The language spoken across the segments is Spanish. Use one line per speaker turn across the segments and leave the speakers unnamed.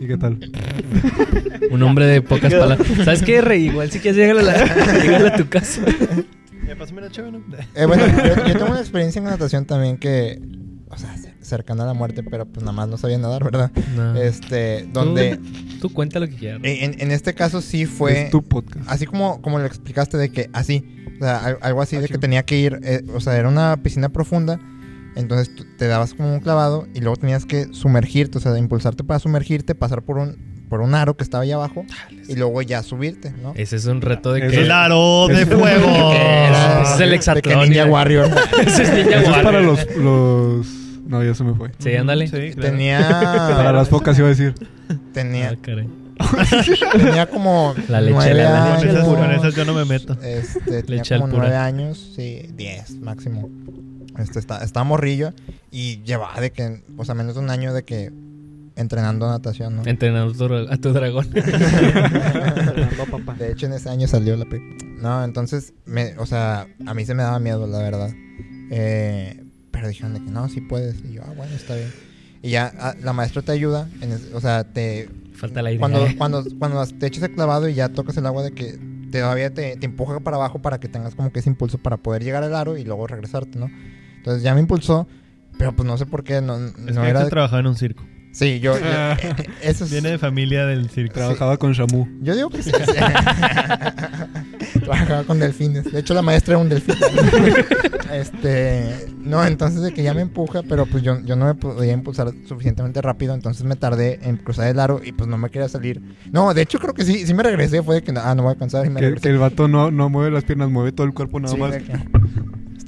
¿Y qué tal?
Un hombre de pocas palabras. ¿Sabes qué, Rey? Igual si quieres llegar a, la, llégale a tu casa.
Ya pásame la chévere, ¿no?
Eh, bueno, yo, yo tengo una experiencia en natación también que, o sea, c- cercana a la muerte, pero pues nada más no sabía nadar, ¿verdad?
No.
Este, donde
Ah. Tú, tú cuenta lo que quieras.
en, en- en este caso sí fue
Es tu podcast.
así como como lo explicaste de que así, o sea, al- algo así de que
Achú.
tenía que ir, eh, o sea, era una piscina profunda, entonces tú- te dabas como un clavado y luego tenías que sumergirte, o sea, impulsarte para sumergirte, pasar por un por un aro que estaba ahí abajo y luego ya subirte, ¿no?
Ese es un reto de
Eso
Eh,
que...
es
¡El aro de
Eso-
fuego!
Era- ese es el
de que
Hexatlón,
Ninja
mira.
Warrior.
Ese es
Eso
Ninja
es
Warrior.
para los, los... No, ya se me fue. Ah,
Sí, ándale.
Sí, claro.
Para
Tenía
las pocas iba a decir.
Ah,
tenía
caray.
Tenía como
La leche,
nueve
la leche,
Con esas,
Ay,
años,
no.
con esas yo no me meto.
Este, tenía
Leche al
como
pura.
nueve años, sí, diez máximo. Este, está, está morrillo y llevaba de que, o sea, menos de un año de que entrenando natación, ¿no?
Entrenando tu dra- a tu dragón.
De hecho, en ese año salió la película. No, entonces, me, o sea, a mí se me daba miedo, la verdad. Eh, pero dijeron de que no, sí puedes. Y yo, ah, bueno, está bien. Y ya ah, la maestra te ayuda, en es- o sea, te,
Falta Eh, la idea.
Cuando, cuando, cuando te echas el clavado y ya tocas el agua de que todavía te, te empuja para abajo para que tengas como que ese impulso para poder llegar al aro y luego regresarte, ¿no? Entonces ya me impulsó, pero pues no sé por qué, no,
Es
no
que
era...
antes trabajaba en un circo.
Sí, yo... yo-
Ah.
eh, eh, eso es-
Viene de familia del circo.
Trabajaba con Shamu.
Yo digo que sí. Trabajaba con delfines. De hecho, la maestra era un delfín. este, no, entonces de que ya me empuja, pero pues yo, yo no me podía impulsar suficientemente rápido, entonces me tardé en cruzar el aro y pues no me quería salir. No, de hecho creo que sí, sí me regresé, fue de que no- ah, no voy a alcanzar y me
Que, que
regresé.
el vato no, no mueve las piernas, mueve todo el cuerpo nada
Sí,
más.
de que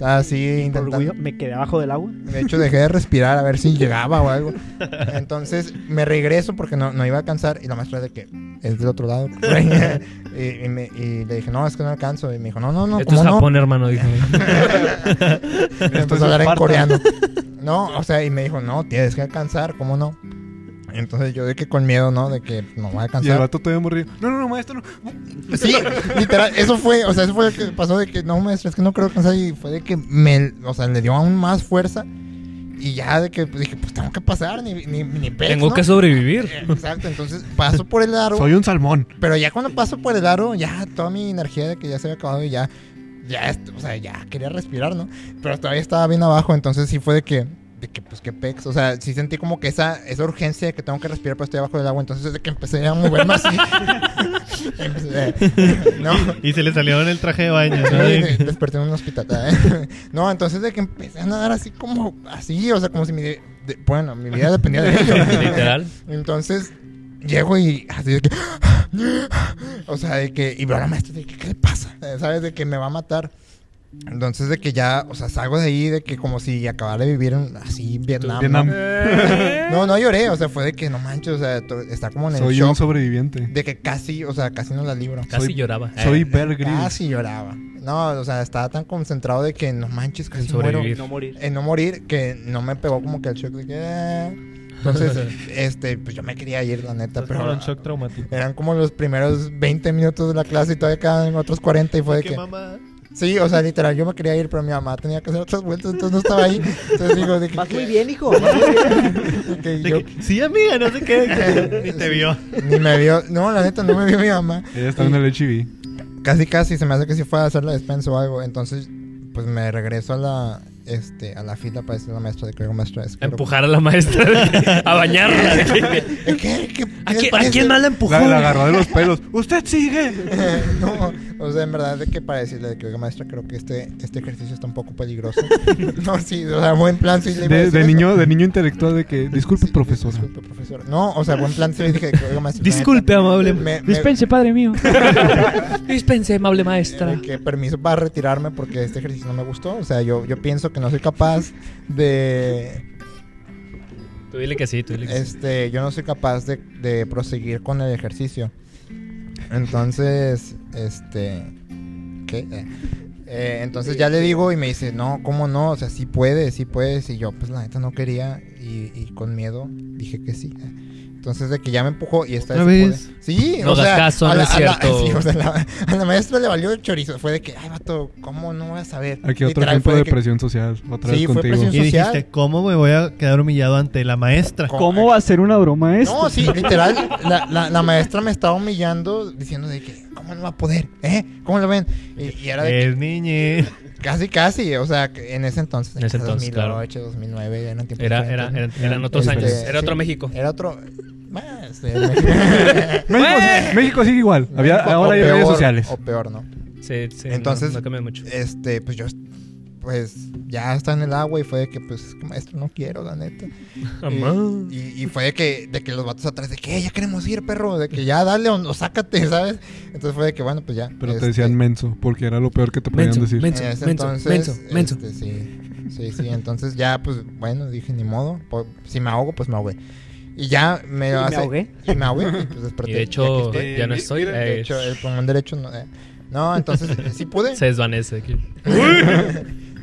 Estaba así
Por orgullo,
intentando.
me quedé abajo del agua.
De hecho, dejé de respirar a ver si llegaba o algo. Entonces me regreso porque no, no iba a alcanzar. Y la maestra de que es del otro lado. y, y me- y le dije, no, es que no alcanzo. Y me dijo, no, no, no.
Esto es
¿cómo no?
Japón, hermano, dijo.
Me
Esto es
empezó a hablar en
Esparta.
coreano. No, o sea, y me dijo, no, tienes que alcanzar, ¿cómo no? Entonces yo de que con miedo, ¿no? De que no voy a
Y el
alcanzar.
vato todavía morrió. No, no, no, maestro, no.
Sí, literal, eso fue, o sea, eso fue lo que pasó de que, no, maestra, es que no creo alcanzar y fue de que me, o sea, le dio aún más fuerza y ya de que pues, dije, pues tengo que pasar, ni, ni, ni pez,
Tengo
¿no?
que sobrevivir.
Eh, Exacto, entonces paso por el aro,
Soy un salmón.
pero ya cuando paso por el aro, ya toda mi energía de que ya se había acabado y ya, ya, est- o sea, ya quería respirar, ¿no? Pero todavía estaba bien abajo, entonces sí fue de que, de que pues qué pex, o sea, sí sentí como que esa, esa urgencia de que tengo que respirar, pero estoy abajo del agua, entonces de que empecé a moverme así. Empecé- no.
Y se le salió en el traje de baño.
Sí,
¿no?
de- desperté en un hospital. ¿eh? No, entonces de que empecé a nadar así como así, o sea, como si mi de- de- bueno, mi vida dependía de ello.
Literal.
Entonces, llego y así de que. O sea, de que. Y veo a la maestra de que, ¿qué le pasa? Eh, ¿Sabes? De que me va a matar. Entonces, de que ya, o sea, salgo de ahí, de que como si acabara de vivir en- así en Vietnam.
Vietnam.
Ah, ¿no? No, no lloré, o sea, fue de que no manches, o sea, to- está como en el
Soy un
shock
sobreviviente.
de que casi, o sea, casi no la libro.
Casi
Soy-
lloraba. Eh,
Soy Bear Grylls.
Casi lloraba. No, o sea, estaba tan concentrado de que no manches, casi muero
sobrevivir.
No morir.
en no morir que no me pegó como que el shock de que... "Ah". Entonces, este, pues yo me quería ir, la neta,
Estás como en
pero
un Pues shock traumático.
eran como los primeros 20 minutos de la clase y todavía quedaban otros 40 y fue de
¿Qué
que...
mamá?
Sí, o sea, literal, yo me quería ir, pero mi mamá tenía que hacer otras vueltas, entonces no estaba ahí. Entonces digo, de que...
Vas muy bien, hijo. vas muy bien.
que
De
yo-
que, sí, amiga, no sé qué. Ni te vio.
Ni me vio, no, la neta, no me vio mi mamá.
Ella está en el HIV.
Casi, casi, se me hace que si fue a hacer la despensa o algo, entonces, pues me regreso a la... Este, a la fila para decirle a la maestra de que oiga, maestra es que
A empujar a la maestra a bañarla.
¿Qué, qué, qué
¿A,
le
quién- a
parece?
quién más la empujó?
La, la agarró de los pelos. ¡Usted sigue!
no, o sea, en verdad de que para decirle de que, oiga, maestra, creo que este, este ejercicio está un poco peligroso. no, sí, o sea, buen plan, sí le iba a
De,
decir
de
eso.
niño, de niño intelectual de que. Disculpe,
Sí,
profesora.
Disculpe, profesor. No, o sea, buen plan, sí le dije, de que, oiga, maestra.
Disculpe, amable.
me, me-
Dispense, padre mío.
Dispense, amable
de
maestra.
que permiso para retirarme porque este ejercicio no me gustó. O sea, yo, yo pienso que no soy capaz de.
Tú dile que sí, tú dile que sí.
Este, yo no soy capaz de, de proseguir con el ejercicio. Entonces, este, ¿qué? Eh, eh, entonces ya le digo y me dice, no, ¿cómo no? O sea, sí puedes, sí puedes. Y yo, pues la neta no quería y, y con miedo dije que sí. Entonces, de que ya me empujó y esta
¿Otra
sí pude.
vez?
Sí,
No
o sea,
hagas caso,
a
no
la,
es
a la-
cierto.
sí, o sea, la- a la maestra le valió el chorizo. Fue de que, ay, vato, ¿cómo no vas a saber?
Aquí otro
Literal,
ejemplo
fue
de
que-
presión social. Otra
Sí,
vez
fue
contigo.
presión
Y
social.
dijiste, ¿cómo me voy a quedar humillado ante la maestra?
Co-
¿Cómo va a ser una broma esto?
No, sí, literal, la, la- la maestra me estaba humillando diciendo de que, ¿cómo no va a poder? ¿Eh? ¿Cómo lo ven? Y, y era de
Eh,
que
Es niñe.
casi, casi, o sea, que en ese entonces.
En ese entonces,
2008, 2009, eran tiempos
Era, era,
diferentes,
era-
¿no?
eran otros
Este,
años. Era
sí,
otro México.
Era otro... Más, eh, México-
México, México sigue igual. Había,
México,
ahora
o
hay redes
peor,
sociales.
O peor, ¿no?
Sí, sí, no-
Entonces-
No, cambia mucho.
este, pues yo, pues ya está en el agua y fue de que, pues, es que, maestro, no quiero, la neta.
Amá.
Y, y- y fue de que, de que los vatos atrás, de que "Eh, ya queremos ir, perro, de que ya dale o, o sácate, ¿sabes? Entonces fue de que, bueno, pues ya.
Pero te
este,
decían menso, porque era lo peor que te podían
Menso,
decir.
menso.
en ese
menso, menso, menso.
este, sí, sí, sí, entonces ya, pues, bueno, dije, ni modo, po- si me ahogo, pues me ahogué. Y ya me,
me
hace-
ahogué.
Y me ahogué, y pues desperté.
Y de
aquí
hecho,
estoy.
ya no estoy.
de
eh,
hecho, el pulmón derecho no... eh, No, entonces eh, sí pude.
se desvanece. aquí.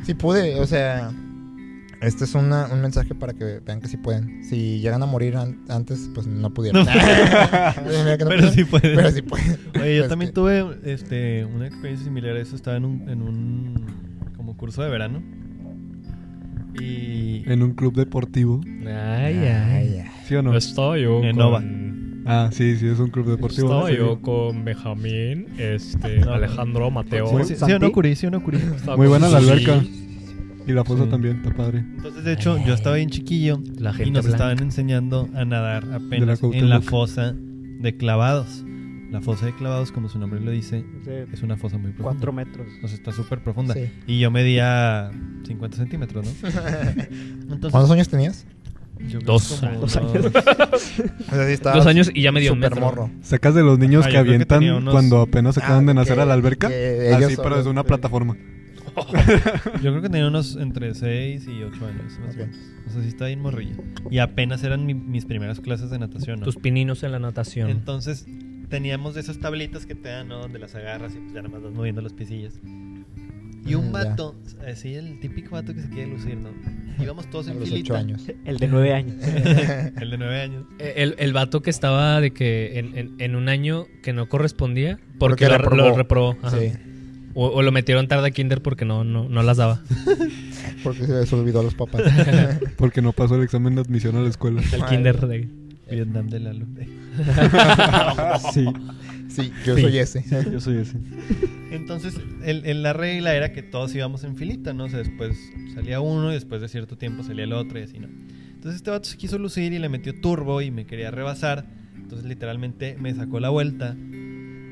Sí pude, o sea, este es una- un mensaje para que vean que sí pueden. Si llegan a morir an- antes, pues no pudieron.
No.
Mira que
Pero
no pueden,
sí puede.
Pero sí pueden.
Oye, yo
Pues
también
que-
tuve este, una experiencia similar a eso. Estaba en un, en un como curso de verano. Y
En un club deportivo.
Ay, ay.
¿Sí o no?
Pues,
Estoy yo con...
En Nova.
Ah, sí, sí, es un club deportivo.
Estaba
Sí.
yo con Benjamín, este,
No.
Alejandro, Mateo.
Sí, sí, sí o no,
¿Santi?
Curi, sí o no, Curi.
Estaba
Muy
con
buena la
Susi.
alberca. Y la fosa
Sí.
también, está padre.
Entonces, de hecho, yo estaba bien chiquillo
La
y
gente
nos
blanca.
estaban enseñando a nadar
De la
apenas
Cuauhtémoc.
en la fosa de clavados. La fosa de clavados, como su nombre lo dice,
De
es una fosa muy profunda.
cuatro metros.
O sea, está súper profunda.
Sí.
Y yo medía 50 centímetros, ¿no? Entonces,
¿Cuántos años tenías?
yo creo
Dos
como
años.
unos-
O sea, sí estabas
Dos años y ya me dio
súper
metro.
morro.
Sacas de los niños
Ah,
que
yo creo que
avientan
tenía unos-
cuando apenas acaban de nacer
que-
a la alberca.
que ellos
Así, pero
solos,
desde una
sí.
plataforma.
Yo creo que tenía unos entre 6 y 8 años, más
Ok.
o menos. O sea, sí estaba bien morrillo. Y apenas eran mi- mis primeras clases de natación, ¿no?
Tus pininos en la natación.
Entonces teníamos de esas tablitas que te dan, ¿no? Donde las agarras y pues ya nada más vas moviendo los piecillos. Y un
Mm, ya.
vato, así el típico vato que se quiere lucir, ¿no? Íbamos todos
A
en
los
filita.
ocho años.
El de nueve años.
El de 9 años.
El, el vato que estaba de que en, en- en un año que no correspondía porque,
Porque
lo
reprobó.
reprobó. Lo reprobó, ajá.
Sí,
O, o lo metieron tarde a Kinder porque no, no, no las daba.
porque se les olvidó a los papás.
Porque no pasó el examen de admisión a la escuela.
El
Ay.
Kinder de.
Vietnam de Lalo.
sí,
Sí, yo
Sí.
soy ese.
yo soy ese.
Entonces, el, el- la regla era que todos íbamos en filita, ¿no? O sea, después salía uno y después de cierto tiempo salía el otro y así, ¿no? Entonces este vato se quiso lucir y le metió turbo y me quería rebasar. Entonces literalmente me sacó la vuelta.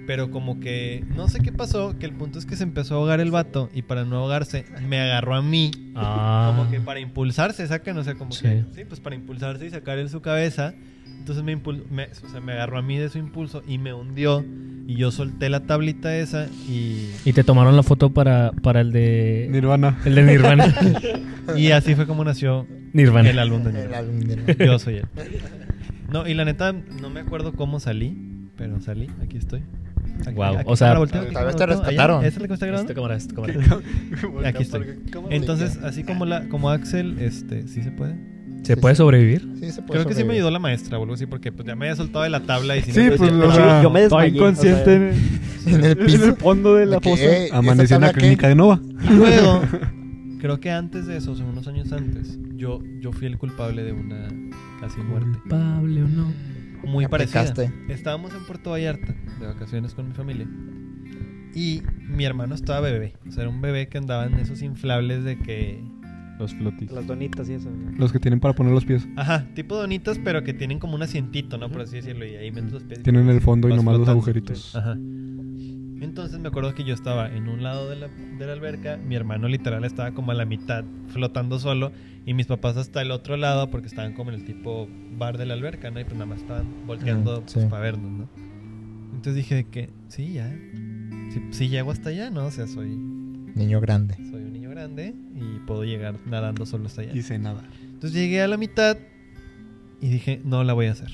Pero como que no sé qué pasó, que el punto es que se empezó a ahogar el vato y para no ahogarse me agarró a mí.
Ah.
Como que para impulsarse, sacan, o sea, como
Sí.
que... Sí, pues para impulsarse y sacar él su cabeza. Entonces me, impul- me- o sea, me agarró a mí de su impulso y me hundió. Y yo solté la tablita esa y...
Y te tomaron la foto para, para el de.
Nirvana.
El de Nirvana.
Y así fue como nació
Nirvana.
el álbum de
El
Nirvana.
álbum de-
Yo soy él. No, y la neta, no me acuerdo cómo salí, pero salí, aquí estoy. Aquí-
Guau,
aquí,
o sea, Este,
cámara, voltea, aquí,
Tal vez te
cámara, voltea.
rescataron.
Allá, ¿Esa es la que me está grabando?
Esta cámara, esta cámara.
Aquí estoy. Entonces, así como, la, como Axel, este, sí se puede.
¿Se puede sobrevivir?
Sí, se puede
Creo que sí me
sobrevivir.
ayudó la maestra o algo así, porque pues, ya me había soltado de la tabla y si
Sí,
no, "Ah".
pues,
ya-
o sea,
yo me
de
desmayé.
Estaba inconsciente
o sea,
En el
en el
piso.
fondo de la
de que,
fosa.
"Eh, ¿esta
Amanecí en la
tabla qué?"
clínica de Nova.
Y luego, creo que antes de eso, o sea, unos años antes, yo, yo fui el culpable de una casi muerte.
Culpable o no.
muy parecida.
Aplicaste.
Estábamos en Puerto Vallarta de vacaciones con mi familia y mi hermano estaba bebé, o sea, era un bebé que andaba en esos inflables de que,
Los flotis.
Las donitas y eso. ¿no?
Los que tienen para poner los pies.
ajá, tipo donitas, pero que tienen como un asientito, ¿no? Por así decirlo, y ahí metes los pies. y-
Tienen el fondo y
Vas
nomás los
flotando.
agujeritos.
Ajá.
Mm.
Entonces me acuerdo que yo estaba en un lado de la, de la alberca, mi hermano literal estaba como a la mitad flotando solo y mis papás hasta el otro lado porque estaban como en el tipo bar de la alberca, ¿no? Y pues nada más estaban volteando
Ah,
pues,
sí.
para vernos, ¿no? Entonces dije que sí, ya. Sí, sí llego hasta allá, ¿no? O sea, soy,
Niño grande.
soy un niño grande y puedo llegar nadando solo hasta allá.
Hice nada.
Entonces llegué a la mitad y dije, no la voy a hacer.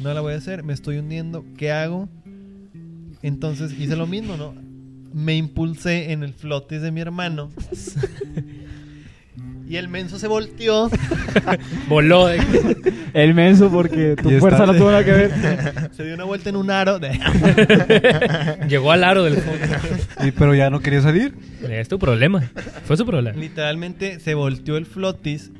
No la voy a hacer, me estoy hundiendo, ¿qué hago? Entonces hice lo mismo, ¿no? Me impulsé en el flotis de mi hermano. Y el menso se volteó.
Voló. eh.
El menso, porque tu
Y está-
fuerza no tuvo nada que ver.
se dio una vuelta en un aro. De...
Llegó al aro del fondo.
Y, pero ya no quería salir.
Es tu problema. Fue su problema.
Literalmente se volteó el flotis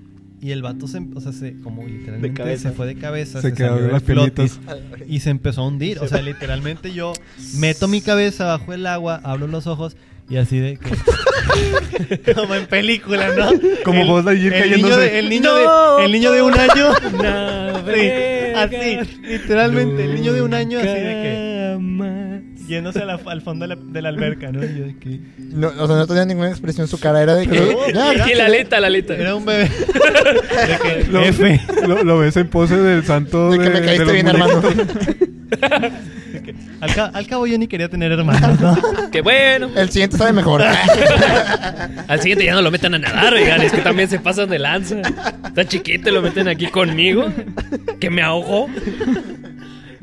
y el vato se, em, o sea, se como literalmente
De cabeza.
se fue de cabeza,
Se quedó
salió
en
del
las piernitas.
flotis y se empezó a hundir, o sea, literalmente yo meto mi cabeza bajo el agua, abro los ojos y así de que- como en película, ¿no?
Como
el,
Buzz Lightyear
el Niño
cayéndose.
de, el niño
¡No!
de el niño de un año. Sí,
Navega
así, literalmente, el niño de un año así de que
nunca más.
yéndose a la- al fondo de la, de la alberca, ¿no? Y yo de que-
No, o sea, no tenía ninguna expresión en su cara. Era de que. ya,
Y la aleta, la aleta.
era un bebé. De que-
Lo, lo- lo ves en pose del santo
de
de,
que me
de
caíste
los
bien,
muñecos.
hermano.
Al, ca- al cabo yo ni quería tener hermanos, ¿no?
Que bueno.
El siguiente sabe mejor.
Al siguiente ya no lo meten a nadar, oigan. Es que también se pasan de lanza. Está chiquito y lo meten aquí conmigo. Que me ahogó.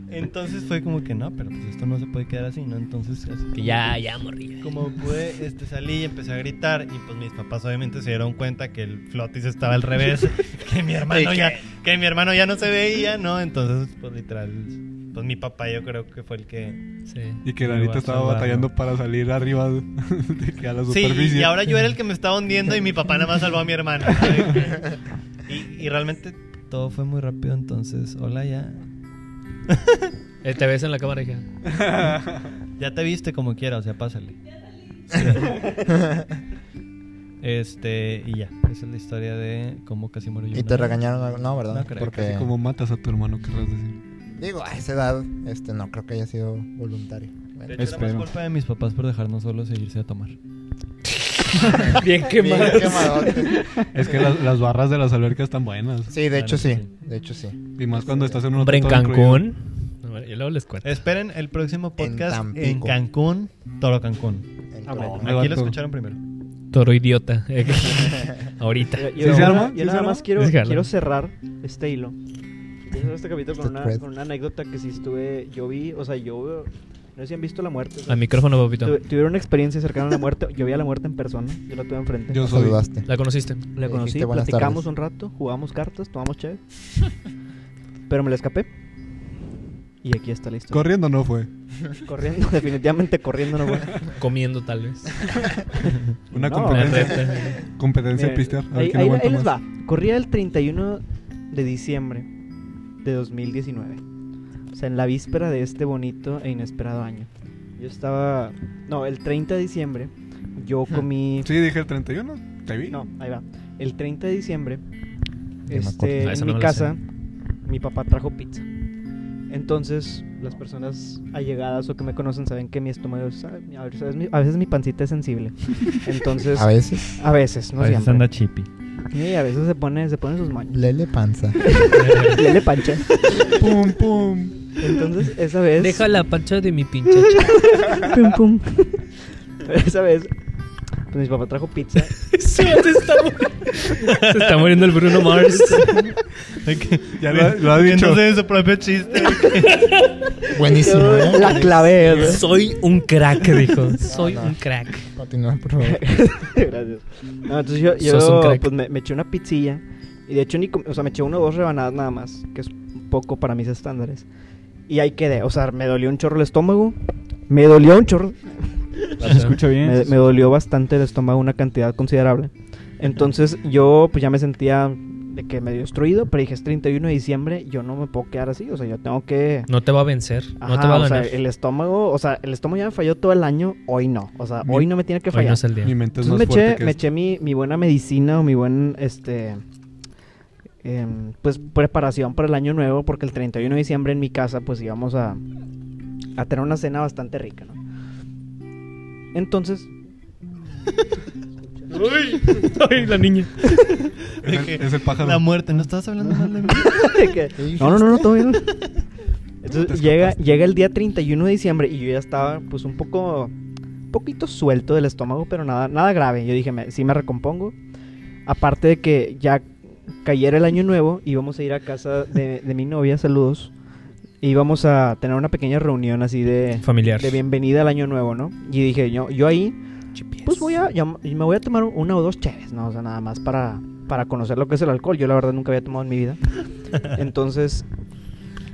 Entonces fue como que no, pero pues esto no se puede quedar así, ¿no? Entonces, así
Que ya, ya morí.
Como pude, este, salí y empecé a gritar. Y pues mis papás obviamente se dieron cuenta que el flotis estaba al revés. que mi hermano
¿De
ya. Que mi hermano ya no se veía, ¿no? Entonces, pues literal. Pues mi papá yo creo que fue el que.
Sí.
Y que
Me
la
va a
neta estaba
salvar,
batallando para salir arriba de, de que a la
Sí,
superficie.
y y ahora yo era el que me estaba hundiendo y mi papá nada más salvó a mi hermano. ¿no? Y, y realmente todo fue muy rápido, entonces, hola ya.
Eh, Te ves en la cámara, hija.
Ya te viste como quiera, o sea, pásale. este, y ya. Esa es la historia de cómo casi muero yo.
y
una
te
vez.
regañaron. No, ¿verdad?
No creo,
Porque.
Así como matas a tu hermano, querrás decir.
Digo, a esa edad, este, no creo que haya sido voluntario.
De
Bueno,
hecho, era
Espero.
más culpa de mis papás por dejarnos solos e irse a tomar.
Bien
bien
quemado.
quemadote.
Es que las, las barras de las albercas están buenas.
Sí, de hecho sí.
sí.
De hecho sí.
Y más cuando estás en un
Hombre, en
todo incluido.
Cancún. No, bueno, Yo luego les cuento.
Esperen el próximo podcast en,
Tampico.
Cancún, Toro Cancún.
En
Ah,
Torreón.
Me
Aquí lo
levanto.
escucharon primero.
Toro idiota. Ahorita.
Yo,
¿Sí
yo
se
nada-
arma?
yo
¿Sí se
nada
arma?
más quiero,
Sí, jala.
quiero cerrar este hilo. Quiero cerrar este capítulo con
Este
una,
thread.
con una anécdota que sí estuve. Yo vi, o sea, yo. No sé si han visto la muerte. o sea,
Al micrófono, papito.
tu- tuvieron una experiencia cercana a la muerte. Yo vi a la muerte en persona. Yo la tuve enfrente.
Yo soy.
Saludaste.
¿La conociste?
la
le
conocí,
dijiste buenas
platicamos
tardes.
un rato, jugamos cartas, tomamos cheve. pero me la escapé. Y aquí está la historia.
Corriendo no fue.
corriendo, definitivamente corriendo no voy.
Comiendo, tal vez.
Una
La
No,
competencia.
reta.
Competencia de
Miren,
pistear. A ver
ahí,
quién
ahí-
aguanta
ahí les
más.
va. Corría el 31 de diciembre de 2019. O sea, en la víspera de este bonito e inesperado año. Yo estaba. No, el 30 de diciembre. Yo comí.
Sí, dije el 31. Te vi.
No, ahí va. El 30 de diciembre,
me acuerdo.
este,
Ah, esa
en
no
mi
me la
casa, mi papá trajo pizza. Entonces, las personas allegadas o que me conocen saben que mi estómago es- a ver, ¿sabes? Mi- a veces mi pancita es sensible. Entonces,
A veces,
a veces, no
A veces
siempre.
anda chippy.
Y a veces se pone, se pone sus manos.
lele panza.
Le pancha.
Pum, pum.
Entonces, esa vez.
Deja la pancha de mi pinchacha.
Pum, pum. esa vez, pues mi papá trajo pizza.
Sí, se está muriendo. Se está muriendo el Bruno Mars.
Ya lo, lo ha dicho.
Entonces su propio chiste.
Buenísimo, ¿eh?
La clavé. ¿verdad?
Soy un crack, dijo. Soy
no.
un crack.
Continúa, por favor.
Gracias. No, entonces yo, yo,
Sos un crack.
pues me, me eché una pizzilla. Y de hecho, ni, com- o sea, me eché una o dos rebanadas nada más, que es un poco para mis estándares. Y ahí quedé. O sea, me dolió un chorro el estómago. Me dolió un chorro.
Se escucha
Me, me dolió bastante el estómago, una cantidad considerable. Entonces yo pues ya me sentía de que medio destruido, pero dije, es 31 de diciembre, yo no me puedo quedar así. O sea, yo tengo que...
No te va a vencer. no te
Ajá,
va a
o sea,
ganar.
el estómago, o sea, el estómago ya me falló todo el año, hoy no. O sea, hoy no me tiene que
Hoy
fallar.
no es el día.
Mi mente es
Entonces
más
me
fuerte
eché,
que
me
esto.
eché mi, mi buena medicina o mi buen, este, em, pues preparación para el año nuevo, porque el 31 de diciembre en mi casa pues íbamos a, a tener una cena bastante rica, ¿no? Entonces,
Ay, la niña.
Es el, es el pájaro.
La muerte, ¿no estabas hablando mal de mí?
de que-
¿Qué dijiste?
no, no, no, no, todo bien.
te
Entonces llega, llega el día 31 de diciembre y yo ya estaba pues un poco, poquito suelto del estómago, pero nada, nada grave. Yo dije, me, sí me recompongo. Aparte de que ya cayera el año nuevo, íbamos a ir a casa de, de mi novia, saludos. E íbamos a tener una pequeña reunión así de,
Familiar.
de bienvenida al año nuevo, ¿no? Y Pues dije, yo, yo ahí, pues voy a, ya- me voy a tomar una o dos chaves, ¿no? O sea, nada más para, para conocer lo que es el alcohol. Yo la verdad nunca había tomado en mi vida. Entonces,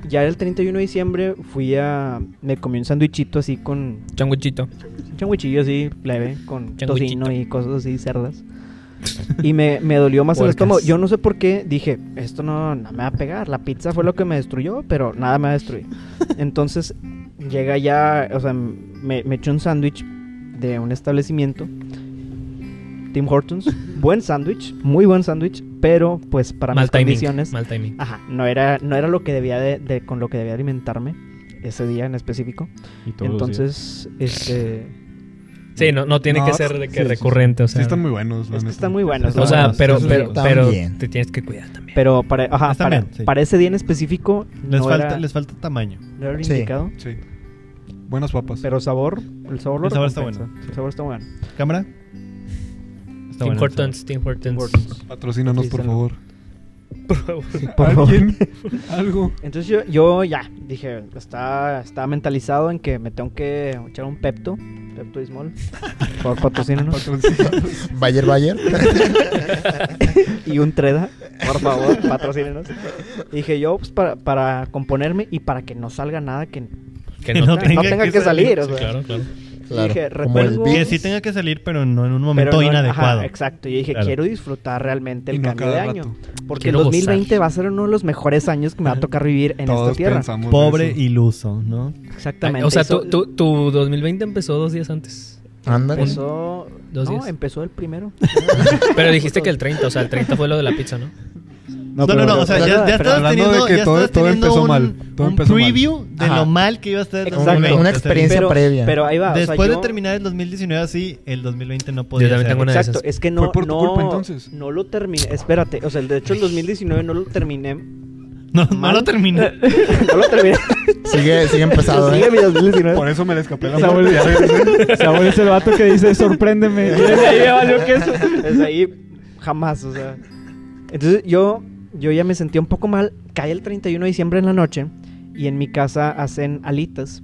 ya el 31 de diciembre fui a... Me comí un sándwichito así con...
Changuchito.
Un changuichillo así leve, con
Changuichito.
tocino y cosas así, cerdas. Y me, me dolió más el
Puercas.
estómago. Yo no sé por qué dije, esto no, no me va a pegar. La pizza fue lo que me destruyó, pero nada me va a destruir. Entonces, llega ya, o sea, me, me eché un sándwich de un establecimiento. Tim Hortons. Buen sándwich, muy buen sándwich, pero pues para
Mal
mis
timing.
condiciones.
Mal timing.
Ajá, no era, no era lo que debía de, de- con lo que debía alimentarme ese día en específico.
Y todos los días.
Enentonces, este,
Sí, no, no tiene
No,
que ser de que
sí, sí, sí.
recurrente, o sea.
sí, están muy buenos. la
es que
neta.
están muy buenos. la
o sea,
verdad.
pero,
buenos, están
pero,
ricos.
pero
También.
te tienes que cuidar también.
pero para, ajá,
Están
para,
bien, sí.
para ese día en específico
Les,
no
falta,
era,
les falta tamaño.
no era el
Sí.
indicado,
Sí. Buenas papas.
pero sabor, el sabor lo
El sabor está
recompensa.
bueno,
El sabor está bueno.
¿Cámara? Está
Tim
bueno, está
Hortons, Tim
Tim
Hortons.
Hortons.
Patrocínanos,
Sí,
por
se lo-
favor.
Por favor.
Por favor.
¿Alguien? ¿Algo?
Entonces yo, yo ya dije, está, está mentalizado en que me tengo que echar un Pepto, Pepto Bismol, por patrocinarnos,
Patrocínanos.
Bayer, Bayer.
y un Treda, por favor, patrocínenos. Dije yo, pues para, para componerme y para que no salga nada que...
Que
no tenga
no tenga que,
que
salir, o
Sí,
sea.
claro, claro.
Claro,
Dije,
como el
retengo-
Big.
Que sí tenga que salir, pero no en un
pero
momento
no-
inadecuado.
ajá, exacto, yo dije,
Claro.
quiero disfrutar realmente
Y
el
no
cambio
cada
de año.
rato.
Porque
Quiero
el 2020
gozar.
va a ser uno de los mejores años que me va a tocar vivir en
Todos
esta tierra.
pensamos
Pobre
eso.
iluso, ¿no?
Exactamente.
O sea,
eso-
tu, tu, tu 2020 empezó dos días antes.
Ándale.
Pues, Empezó...
Dos
no,
días.
empezó el primero.
Pero dijiste que el 30, o sea, el 30 fue lo de la pizza, ¿no?
No, no, no, o sea, ya, ya estabas
hablando de
teniendo,
que
ya
todo-
estabas
todo
teniendo
empezó
un,
mal, todo
un
empezó mal.
preview de
Ajá.
lo mal que iba a estar el
Exacto.
2020,
Una
o sea,
experiencia
pero,
previa.
pero ahí va. o sea,
Después
yo-
de terminar el 2019 así, el 2020 no podía
Yo también
ser.
tengo una- de
Exacto,
esas.
es que no,
¿Fue por tu
no,
culpa, entonces?
no lo terminé. Espérate, o sea, de hecho el 2019 no lo terminé.
No, no
Mal.
lo terminé.
No lo terminé.
Sigue, sigue empezado,
Sigue
¿eh?
mi
Por
2019.
eso me la escapé la
Samuel-
muerte. ya regresé.
Samuel es el vato que dice, sorpréndeme.
Desde ahí ya valió queso. Desde ahí jamás, o sea. Entonces yo, yo ya me sentía un poco mal. Cae el 31 de diciembre en la noche y en mi casa hacen alitas.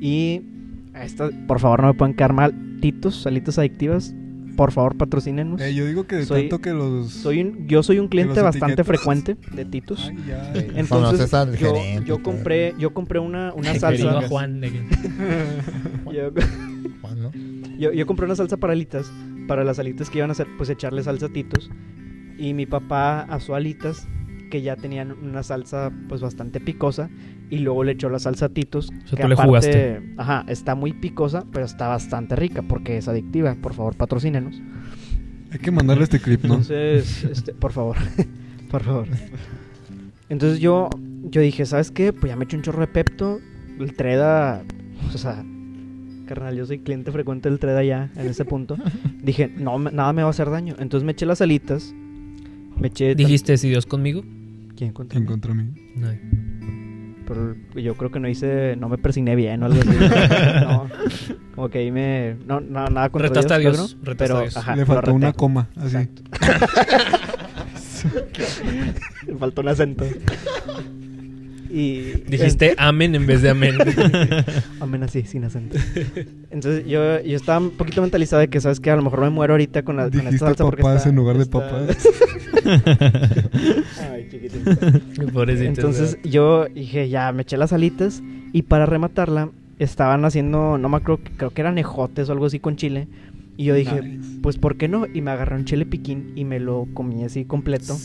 Y a esta- por favor no me pueden quedar mal. Titos, alitas adictivas, por favor patrocínenos.
Eh, yo digo que de
Soy-
tanto que los...
Soy un, yo soy un cliente
los
bastante
etiquetas.
frecuente de Titos.
Ay, ya.
Entonces
Conoces al
yo,
gerente
yo
y todo.
compré yo compré una, una
Ay, querido
salsa
Juan. de que-
yo,
Juan, ¿no?
yo- yo compré una salsa para alitas para las alitas que iban a hacer pues echarle salsa a titos y mi papá a su alitas que ya tenían una salsa pues bastante picosa y luego le echó la salsa a titos
sea,
que
tú le jugaste.
ajá está muy picosa pero está bastante rica porque es adictiva por favor patrocínenos
Hay que mandarle este clip, ¿no?
Entonces, este, por favor, por favor. Entonces yo, yo dije, ¿sabes qué? Pues ya me eché un chorro de Pepto, el Treda, o sea, carnal, yo soy cliente frecuente del Treda ya en este punto. Dije, no, me- nada me va a hacer daño. Entonces me eché las alitas, me eché...
Dijiste, si Dios conmigo.
¿Quién contra
¿Quién
mí?
contra mí?
No.
Pero yo creo que no hice, no me persigné bien o algo así. no, como que ahí me... No, no, nada contra
Retaste a
Dios,
Dios,
claro,
retaste
pero,
a Dios.
ajá,
Le
lo
faltó una
reté.
coma, así.
Exacto. Me Faltó un acento. Y
Dijiste amén en vez de amén.
Amén así, sin acento. Entonces yo, yo estaba un poquito mentalizado de que, ¿sabes que A lo mejor me muero ahorita con, la, con esta
Dijiste
salsa porque
papás
está-
en lugar de
está-
papás.
Ay, chiquitito.
Pobrecito.
Entonces yo dije, ya, me eché las alitas y para rematarla estaban haciendo, no me acuerdo, creo que eran ejotes o algo así con chile. Y yo dije, pues ¿por qué no? Y me agarré un chile piquín y me lo comí así completo.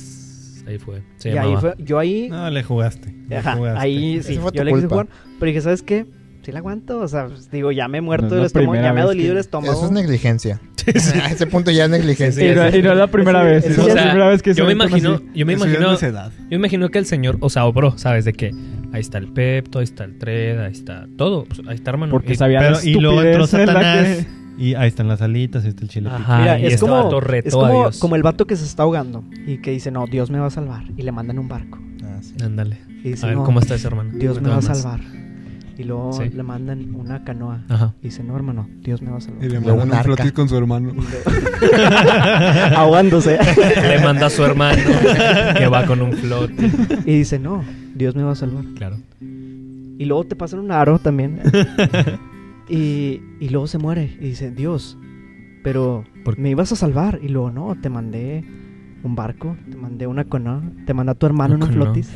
Ahí fue. Se
y ahí
llamaba.
fue, yo ahí
No, le jugaste. le
Ajá,
jugaste.
ahí
Esa
sí,
fue tu
yo le quise
culpa.
jugar, pero dije, ¿sabes qué? Sí la aguanto, o sea, pues, digo, ya me he muerto
No es
del
la
estómago, ya
primera
me ha
vez
dolido
que-
el
Eso
estómago.
es negligencia. A ese punto ya es negligencia. Ah,
y, no, y no es la primera
Ese- ese-
vez. no
O
es la
sea,
primera vez que se
yo me
ven con
imagino,
así.
yo me
Eso ya es
imagino,
necedad.
yo me imagino que el señor, o sea, obró, ¿sabes? De que ahí está el Pepto, ahí está el Tred, ahí está todo. pues, ahí está, hermano.
Porque
Y-
sabía la
Pero, y luego entró
estupidez en la que-
Satanás. Y ahí están las alitas, ahí está el chile.
Ajá,
Mira,
y
es,
este
como,
vato retó
es
a
como,
Dios.
como el vato que se está ahogando y que dice, no, Dios me va a salvar. Y le mandan un barco.
Ah, sí.
Ándale.
Y dice,
A ver
no,
cómo está ese hermano.
Dios me va a
Nada más.
salvar. Y luego
Sí. Ah.
le mandan una canoa.
Ajá.
Y dice, no, hermano, Dios me va a salvar.
Y le
Luego
mandaron
un
un
arca.
flotis con su hermano.
Ahogándose.
Le manda a su hermano que va con un flot.
y dice, no, Dios me va a salvar.
Claro.
Y luego te pasan un aro también. y, y luego se muere. Y dice, Dios, pero
¿Por-
me ibas a salvar. Y luego, no, te mandé un barco, te mandé una canoa, te mandé a tu hermano
Una
unos
canoa.
flotis.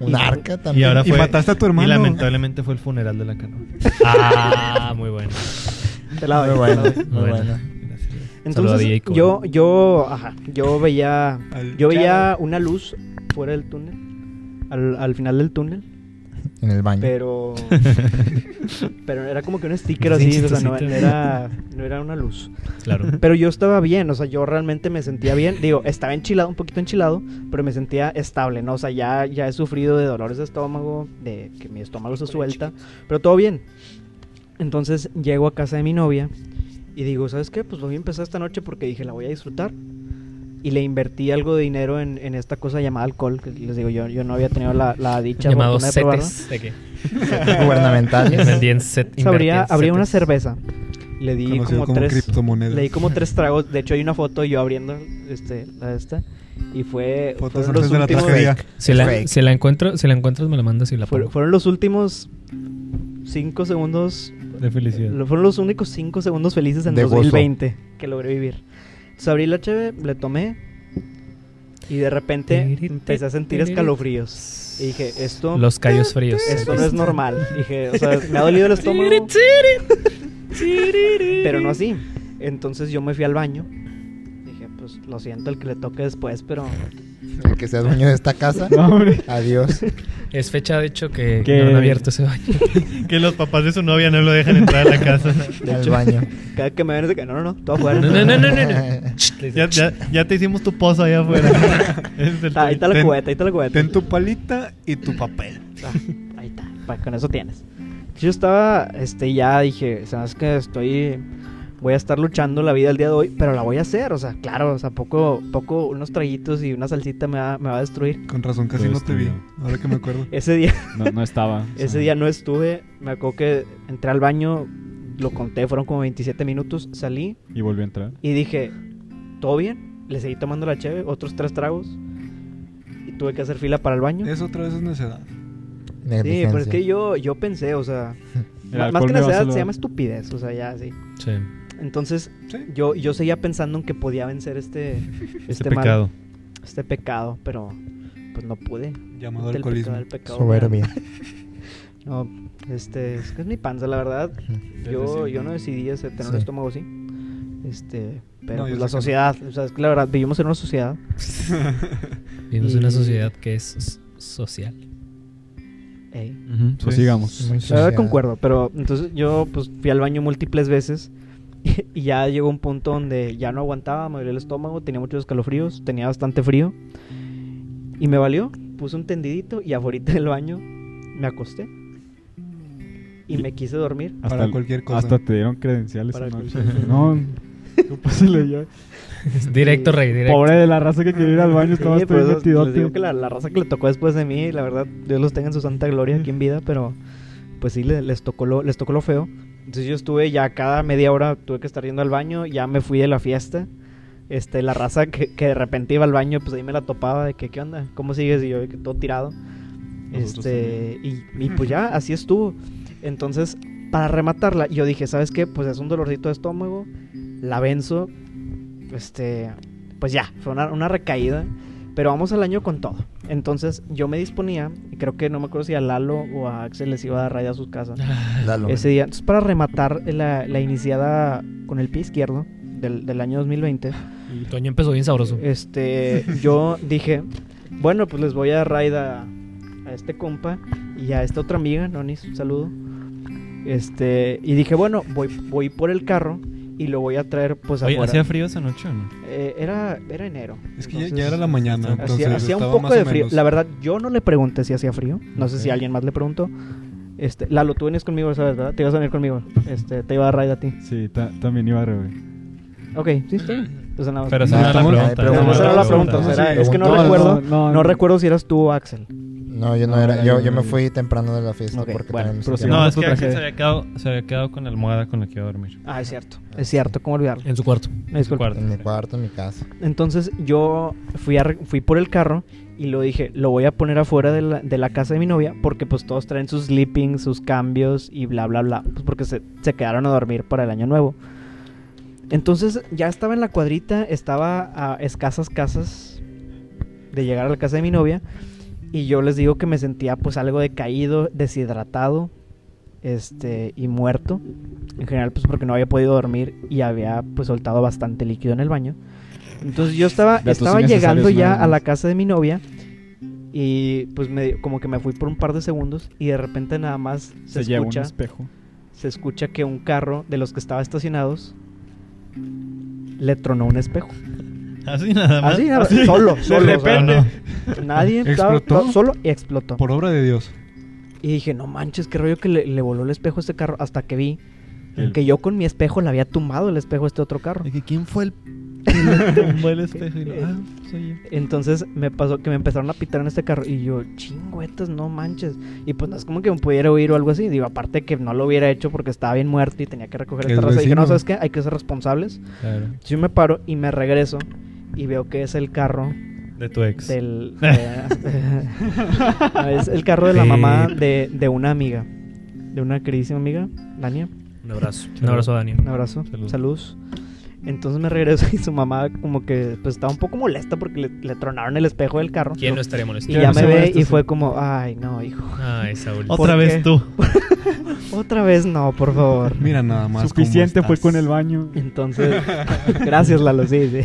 Un arca también.
Y ahora
Y
fue.
mataste a tu hermano.
Y lamentablemente fue el funeral de la canoa.
Ah, muy bueno.
Te la doy.
Muy bueno,
te la doy.
muy
Bueno.
bueno.
Gracias. Saludo a DJ
Entonces,
Cole.
yo, yo, ajá, yo veía,
Al
yo veía una luz fuera del túnel, al, al final del túnel,
En el baño.
pero, pero era como que un sticker
Sí,
así, o sea, no,
chistosito.
no era, no era una luz.
Claro.
Pero yo estaba bien, o sea, yo realmente me sentía bien. Digo, estaba enchilado, un poquito enchilado, pero me sentía estable, ¿no? O sea, ya, ya he sufrido de dolores de estómago, de que mi estómago se suelta, pero todo bien. Entonces llego a casa de mi novia y digo, ¿sabes qué? Pues voy a empezar esta noche porque dije, la voy a disfrutar. Y le invertí algo de dinero en, en esta cosa llamada alcohol, que les digo, yo, yo no había tenido la, la dicha
Llamados
fortuna
E
de probarla.
setes. ¿De qué?
gubernamentales.
Invertí en set.
O sea, habría,
invertí en
habría una
setes.
cerveza. Le di
Conocido
como,
como
tres,
criptomoneda.
le di como tres tragos. De hecho, hay una foto yo abriendo este, la de esta. Y fue.
Fotos
fueron los
antes de la
últimos-
tragedia.
Si la,
Fake.
si la encuentro, si la encuentras me la mandas y la
fue-
pongo.
fueron los últimos cinco segundos.
De felicidad.
lo- Fueron los únicos cinco segundos felices en
De gozo.
2020 que logré vivir. Entonces abrí la cheve, le tomé. Y de repente empecé a sentir escalofríos. Y dije, esto.
Los callos fríos.
Esto no es normal. Dije, o sea, me ha dolido el estómago. pero no así. Entonces yo me fui al baño. Dije, pues lo siento el que le toque después, pero
El que sea dueño de esta casa.
No, hombre.
Adiós.
Es fecha, de hecho, que,
Que-
no han abierto ese baño.
Que los papás de su novia no lo dejan entrar a la casa.
De
al
hecho.
baño.
cada que me ven es de que no, no, no, todo afuera.
No, no, no, no, no.
Ya, ya- ya te hicimos tu pozo allá afuera. Ese es el
Ahí está la
Ten-
cubeta, ahí está la cubeta.
Ten tu palita y tu papel.
Ah, ahí está, pa- con eso tienes. Yo estaba, este, ya dije, sabes que estoy, voy a estar luchando la vida el día de hoy, pero la voy a hacer, o sea, claro, o sea, poco, poco unos traguitos y una salsita me va, me va a destruir.
Con razón, casi
Todo
no te vi.
estudiado.
Ahora que me acuerdo.
Ese día,
No, no estaba. o sea,
ese día no estuve, me acuerdo que entré al baño, lo conté, fueron como 27 minutos, salí
Y volvió a entrar.
y dije, ¿todo bien? Le seguí tomando la cheve, otros tres tragos y tuve que hacer fila para el baño.
Eso otra vez es necedad.
Sí,
Negligencia.
pero es que yo, yo pensé, o sea,
El
ma- más
alcohol
que
me
necesidad
va a
se
salvar.
llama estupidez, o sea, ya, sí.
Sí,
Entonces,
Sí.
yo, yo seguía pensando en que podía vencer este, este,
Ese
mal,
pecado.
este pecado, pero pues no pude.
Llamado
El pecado,
alcoholismo.
el pecado.
Soberbia.
No, este, es que es mi panza, la verdad. Yo, yo no decidí ese- tener un
Sí.
estómago así. Este, pero
No,
pues,
yo sé que
la
no.
sociedad, o sea, es que la verdad, vivimos en una sociedad.
vivimos
Y-
en una sociedad que es s- social.
ey.
Pues sigamos.
Muy
La verdad
social.
concuerdo, pero entonces yo pues fui al baño múltiples veces y ya llegó un punto donde ya no aguantaba, me dolía el estómago, tenía muchos escalofríos, tenía bastante frío y me valió. Puse un tendidito y afuera del baño me acosté y me quise dormir.
Hasta
Para
el-
cualquier cosa.
Hasta te dieron credenciales.
Para
esa noche.
cualquier cosa.
No, no pásale ya.
Directo, rey, directo.
Pobre de la raza que quería ir al baño, estaba
Sí,
todo
por eso
metido.
les digo que la, la raza que le tocó después de mí, la verdad, Dios los tenga en su santa gloria aquí en vida, pero pues sí, le- les, tocó lo, les tocó lo feo. Entonces yo estuve ya cada media hora, tuve que estar yendo al baño, ya me fui de la fiesta. Este, la raza que, que de repente iba al baño, pues ahí me la topaba de que, ¿qué onda? ¿Cómo sigues? Y yo, de que todo tirado.
Nosotros
Este, y, y pues ya, así estuvo. Entonces, para rematarla, yo dije, ¿sabes qué? Pues es un dolorcito de estómago, la venzo, este, pues ya, fue una, una recaída, pero vamos al año con todo. Entonces, yo me disponía, y creo que no me acuerdo si a Lalo o a Axel les iba a dar raya a sus casas
Lalo.
ese día. Entonces, para rematar la, la iniciada con el pie izquierdo del, del año 2020,
Toño empezó bien sabroso.
este, yo dije, bueno, pues les voy a dar raid a, a este compa y a esta otra amiga, Nonis, un saludo. Este, y dije, bueno, voy, voy por el carro y lo voy a traer pues
Oye,
afuera.
¿hacía frío esa noche o no?
Eh, era, era enero.
Es que ya- ya,
entonces,
era la mañana.
hacía-
entonces
hacía, hacía un
estaba
poco
más o
de frío.
menos.
La verdad, yo no le pregunté si hacía frío. No sé
Ok.
si alguien más le preguntó. Este, Lalo, tú venías conmigo, ¿sabes? ¿verdad? Te ibas a venir conmigo. Este, te iba a dar raid a ti.
Sí, ta- también iba a rever.
Ok, sí, está bien. O sea, nada más.
Pero esa
No,
no, era la
estamos-
pregunta.
pero
No, esa era la pregunta. o sea, era- es que no,
No,
recuerdo. No,
no, no.
recuerdo si eras tú, Axel.
No, yo no,
No,
era.
era
Yo,
yo,
yo me
yo.
fui temprano de la fiesta
Ok,
porque
bueno,
también
pero
se
sí,
quedaba-
No,
vamos
es
a
que
tu
Axel se
tragedia.
había, quedado, se había quedado con la almohada con la que iba a dormir.
Ah, es cierto. Es cierto, ¿cómo olvidarlo?
En su cuarto.
Me disculpo.
cuarto.
en mi cuarto, en mi casa.
Entonces yo fui, a re- fui por el carro y lo dije, lo voy a poner afuera de la, de la casa de mi novia porque pues todos traen sus sleeping, sus cambios y bla, bla, bla. Pues porque se, se quedaron a dormir para el año nuevo. Entonces ya estaba en la cuadrita, estaba a escasas casas de llegar a la casa de mi novia y yo les digo que me sentía pues algo decaído, deshidratado, este y muerto. En general pues porque no había podido dormir y había pues soltado bastante líquido en el baño. Entonces yo estaba
Datos
estaba
innecesarios
llegando ya
nada más.
a la casa de mi novia y pues me, como que me fui por un par de segundos y de repente nada más se,
Se, lleva un
escucha
espejo.
se escucha que un carro de los que estaba estacionados le tronó un espejo.
Así nada más.
Así, nada- solo, solo. o sea,
repente.
nadie estaba-
¿Explotó?
no, solo y explotó.
Por obra de Dios.
Y dije, no manches, qué rollo que le, le voló el espejo a este carro. Hasta que vi
El-
que yo con mi espejo le había tumbado el espejo a este otro carro.
De que, ¿Quién fue el que le tumbó el espejo? Y lo, ah, soy yo.
Entonces me pasó que me empezaron a pitar en este carro. Y yo, chingüetas, no manches. Y pues no es como que me pudiera oír o algo así. Digo, aparte que no lo hubiera hecho porque estaba bien muerto y tenía que recoger
El
esta raza. Dije, no,
vecino.
¿sabes qué? Hay que ser responsables.
Claro.
Yo me paro y me regreso y veo que es el carro
De tu ex.
del... de- No, es el carro de la mamá de, de una amiga, de una queridísima amiga, Dania.
Un abrazo. Un abrazo, Dani.
Un abrazo,
Salud.
saludos. Entonces me regreso y su mamá como que pues estaba un poco molesta porque le, le tronaron el espejo del carro.
¿Quién no estaría molesto?
Y ya
no
me
se
ve
molesta,
y
sí.
fue como, ay no, hijo.
Ay, Saúl.
Oh.
Otra
¿Por
vez
qué?
tú.
Otra vez no, por favor.
Mira nada más. cómo
Suficiente fue
pues,
estás.
con el baño.
Entonces, gracias Lalo, sí, sí.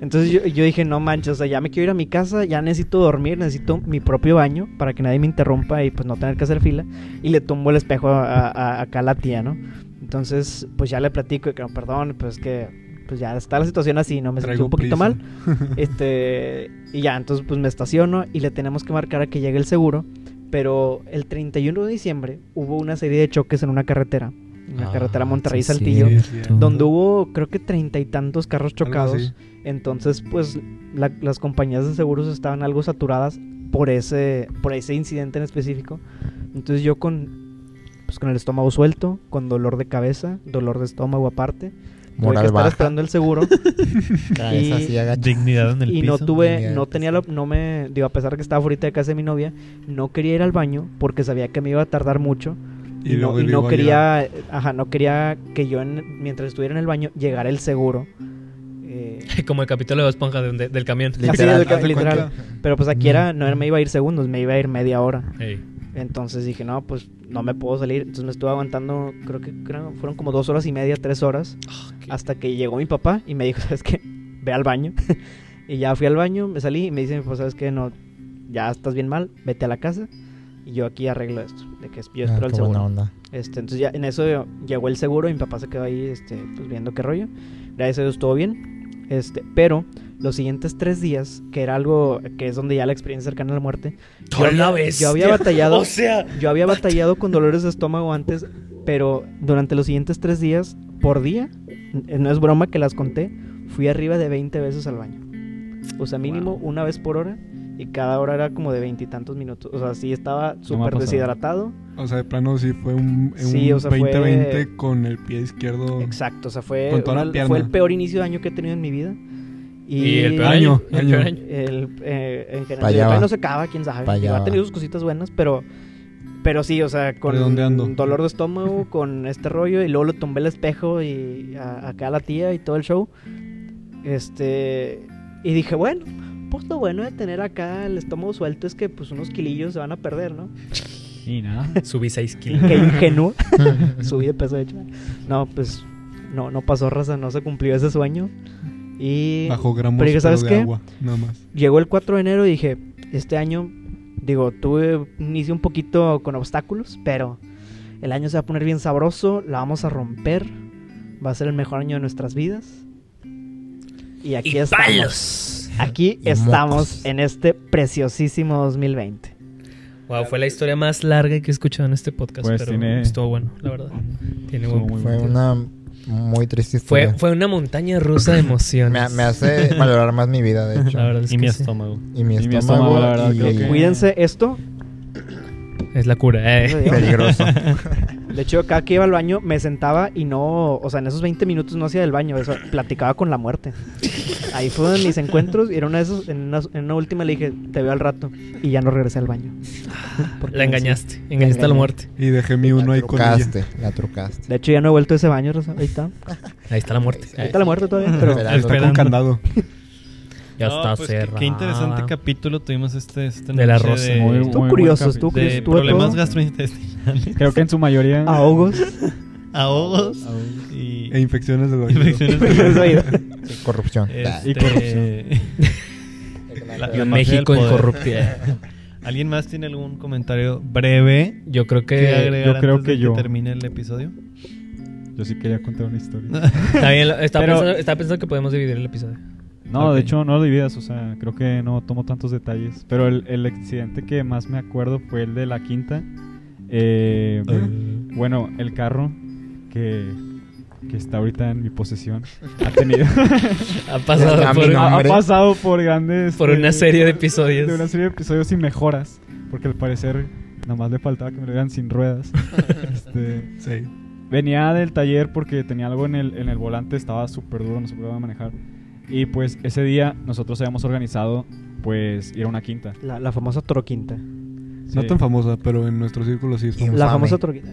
Entonces yo, yo dije, no manches, o sea, ya me quiero ir a mi casa, ya necesito dormir, necesito mi propio baño para que nadie me interrumpa y pues no tener que hacer fila. Y le tumbo el espejo a, a- acá a la tía, ¿no? Entonces, pues ya le platico, que no, perdón, pues que pues ya está la situación así, ¿no? Me sentí
Traigo
un poquito
prisa.
mal. Este, y ya, entonces pues me estaciono y le tenemos que marcar a que llegue el seguro. Pero el 31 de diciembre hubo una serie de choques en una carretera, en la
Ah,
carretera
sí,
Monterrey-Saltillo
Sí, es cierto.
donde hubo creo que treinta y tantos carros
Algo
chocados.
así.
Entonces, pues la- las compañías de seguros estaban algo saturadas por ese, por ese incidente en específico. Entonces yo con, pues, con el estómago suelto, con dolor de cabeza, dolor de estómago aparte, tuve que
Moral
estar
baja.
esperando el seguro
Cabeza
y-
así agachada.
Dignidad en el
y
piso.
no tuve,
Mierda.
no tenía, la- no me, digo a pesar que estaba ahorita de casa de mi novia, no quería ir al baño porque sabía que me iba a tardar mucho y, no,
luego
y
le iba
no
a llorar.
quería ajá no quería que yo en- mientras estuviera en el baño llegara el seguro Eh,
Como el capítulo de Bob Esponja de- de- del camión.
Así,
Literal.
del ca-
haz de
literal.
cuenta.
pero pues aquí
No.
era no era- me iba a ir segundos me iba a ir media hora
Ey.
entonces dije no pues no me puedo salir entonces me estuve aguantando creo que creo- fueron como dos horas y media tres horas
qué-
hasta que llegó mi papá y me dijo sabes qué ve al baño y ya fui al baño me salí y me dicen pues sabes qué no ya estás bien mal vete a la casa y yo aquí arreglo esto de que yo espero
Ah,
el
qué buena
seguro
onda.
Este, entonces ya en eso llegó el seguro y mi papá se quedó ahí este, pues viendo qué rollo. Gracias a Dios todo bien. Este, pero los siguientes tres días, que era algo que es donde ya la experiencia cercana a la muerte, yo
¡Hola,
había-
bestia!
yo había batallado-
O sea,
yo había batallado con dolores de estómago antes, pero durante los siguientes tres días, por día, n- no es broma que las conté, fui arriba de 20 veces al baño. O sea, mínimo una vez por hora y cada hora era como de veintitantos minutos. O sea, sí estaba súper
pasado.
deshidratado.
O sea, de plano sí fue un, un
Sí, o sea, fue-
20-20 con el pie izquierdo.
Exacto, o sea, fue,
Con toda la
una-
pierna.
fue el peor inicio de año que he tenido en mi vida. Y,
y el peor
Año,
año. El
año.
peor año.
el, eh, en general,
Pa' allá
el
va.
no se acaba, quién sabe.
Pa' allá
Digo, ha
va.
tenido sus cositas buenas, pero pero sí, o sea, con
Redondeando.
dolor de estómago, con este rollo, y luego lo tumbé el espejo y a- acá a la tía y todo el show. Este, y dije, bueno, pues lo bueno de tener acá el estómago suelto es que pues unos kilillos se van a perder, ¿no?
Y nada.
Subí 6 kilos.
Qué ingenuo. Subí de peso, de hecho. No, pues no, no pasó raza, no se cumplió ese sueño. Y
Bajo gramos
Pero,
pero
¿sabes
de
qué?
agua, nada más.
llegó el 4 de enero y dije, este año, digo, tuve un inicio un poquito con obstáculos, pero el año se va a poner bien sabroso, la vamos a romper, va a ser el mejor año de nuestras vidas. Y aquí
y
estamos.
palos.
Aquí
Y
estamos
mocos.
en este preciosísimo 2020.
Wow, fue la historia más larga que he escuchado en este podcast,
Pues
pero
tiene-
estuvo bueno, la verdad. Tiene
Estuvo
buen-
muy
Fue
bueno.
una muy triste historia.
Fue, fue una montaña rusa de
me,
emociones.
me hace valorar más mi vida, de hecho.
La verdad es
Y
que
mi
sí.
estómago.
Y mi
Y mi
estómago.
estómago, la verdad,
y-
creo que-
Cuídense esto.
Es la cura. eh.
Adiós.
Peligroso.
De hecho, cada que iba al baño me sentaba y no, o sea, en esos 20 minutos no hacía del baño, o sea, platicaba con la muerte. Ahí fueron mis encuentros y era una de esos, en, una, en una última le dije, te veo al rato y ya no regresé al baño. Porque
Ah, La
sí.
engañaste. Engañaste a la
engañé.
muerte.
Y dejé mi uno
la
ahí con ella.
trucaste, la trucaste.
De hecho, ya no he vuelto a ese baño, Rosa. Ahí está.
Ahí está la muerte.
Ahí está la muerte todavía, pero...
Está
Espera.
con
Esperando.
candado.
Ya
No,
está
pues, qué-
cerrada.
Qué interesante capítulo tuvimos este, esta
De la
noche
rosa.
de-
Muy-
Estuvo curioso,
buen
estuvo
de
curioso. Estuvo
problemas
todo.
gastrointestinales,
Creo que en su mayoría.
Ah, oh.
Ahogos.
ahogos
Ahogos.
y
E infecciones del oído.
infecciones
Los oídos.
Sí, corrupción.
Este,
Y corrupción.
la-
Y
la mafia
México
del poder.
incorruptible.
¿Alguien más tiene algún comentario breve
Yo creo
que
que.
agregar
yo creo
antes de
que yo.
termine el episodio?
Yo sí quería contar una historia.
Está bien, está
Pero-
pensando, está pensando que podemos dividir el episodio.
No,
Ok.
de hecho no lo dividas, o sea, creo que no tomo tantos detalles. Pero el, el accidente que más me acuerdo fue el de la quinta. Eh,
Ah.
Bueno, el carro que, que está ahorita en mi posesión ha tenido.
Ha pasado
Ya, a mí
por,
no.
ha, ha
Hombre.
pasado por grandes.
por
eh,
una serie de
De una
episodios.
serie de episodios y mejoras. Porque al parecer nada más le faltaba que me lo dieran sin ruedas. Este,
Sí.
Venía del taller porque tenía algo en el, en el volante, estaba súper duro, no se podía manejar. Y pues ese día nosotros habíamos organizado pues ir a una quinta.
La, la famosa troquinta.
No
Sí.
tan famosa, pero en nuestro círculo sí es famosa.
La
Infame.
famosa troquinta.